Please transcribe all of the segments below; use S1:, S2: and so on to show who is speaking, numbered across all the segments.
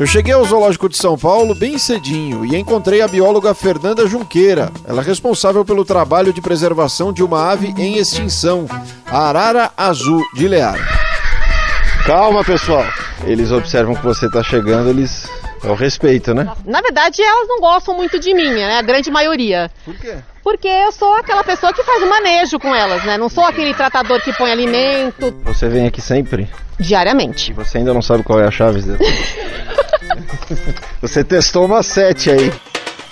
S1: Eu cheguei ao Zoológico de São Paulo bem cedinho e encontrei a bióloga Fernanda Junqueira. Ela é responsável pelo trabalho de preservação de uma ave em extinção, a arara azul de Lear.
S2: Calma, pessoal. Eles observam que você está chegando, eles é o respeito, né?
S3: Na verdade, elas não gostam muito de mim, né? A grande maioria.
S2: Por quê?
S3: Porque eu sou aquela pessoa que faz o manejo com elas, né? Não sou aquele tratador que põe alimento
S2: Você vem aqui sempre e
S3: diariamente.
S2: você ainda não sabe qual é a chave dela. você testou uma sete aí.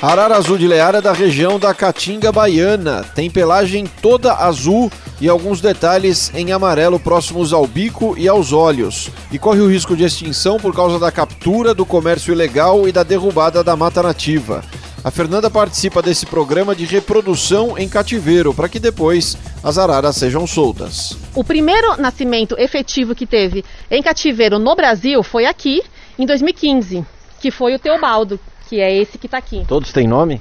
S1: A arara azul de Lear é da região da Caatinga Baiana. Tem pelagem toda azul e alguns detalhes em amarelo próximos ao bico e aos olhos. E corre o risco de extinção por causa da captura, do comércio ilegal e da derrubada da mata nativa. A Fernanda participa desse programa de reprodução em cativeiro para que depois as araras sejam soltas.
S3: O primeiro nascimento efetivo que teve em cativeiro no Brasil foi aqui, em 2015, que foi o Teobaldo, que é esse que tá aqui.
S2: Todos têm nome?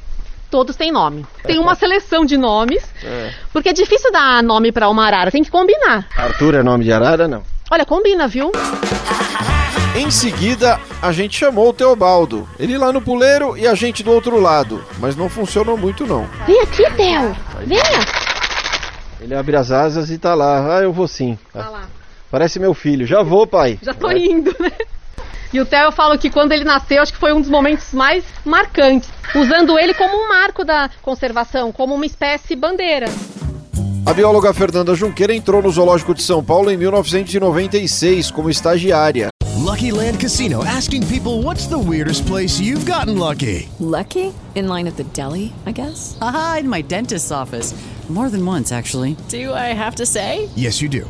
S3: Todos têm nome. Tem uma seleção de nomes, porque é difícil dar nome pra uma arara, tem que combinar.
S2: Arthur é nome de arara? Não.
S3: Olha, combina, viu?
S1: Em seguida, a gente chamou o Teobaldo. Ele lá no puleiro e a gente do outro lado. Mas não funcionou muito não.
S3: Vem aqui, Theo. Venha.
S2: Ele abre as asas e tá lá. Ah, eu vou sim.
S3: Tá lá.
S2: Parece meu filho. Já vou, pai.
S3: Já tô indo, né? E o Theo eu falo que quando ele nasceu, acho que foi um dos momentos mais marcantes, usando ele como um marco da conservação, como uma espécie bandeira.
S1: A bióloga Fernanda Junqueira entrou no Zoológico de São Paulo em 1996 como estagiária.
S4: Lucky Land Casino asking people what's the weirdest place you've gotten lucky?
S5: Lucky? In line at the deli, I guess?
S6: Aha, in my dentist's office. More than once, actually.
S5: Do I have to say?
S4: Yes, you do.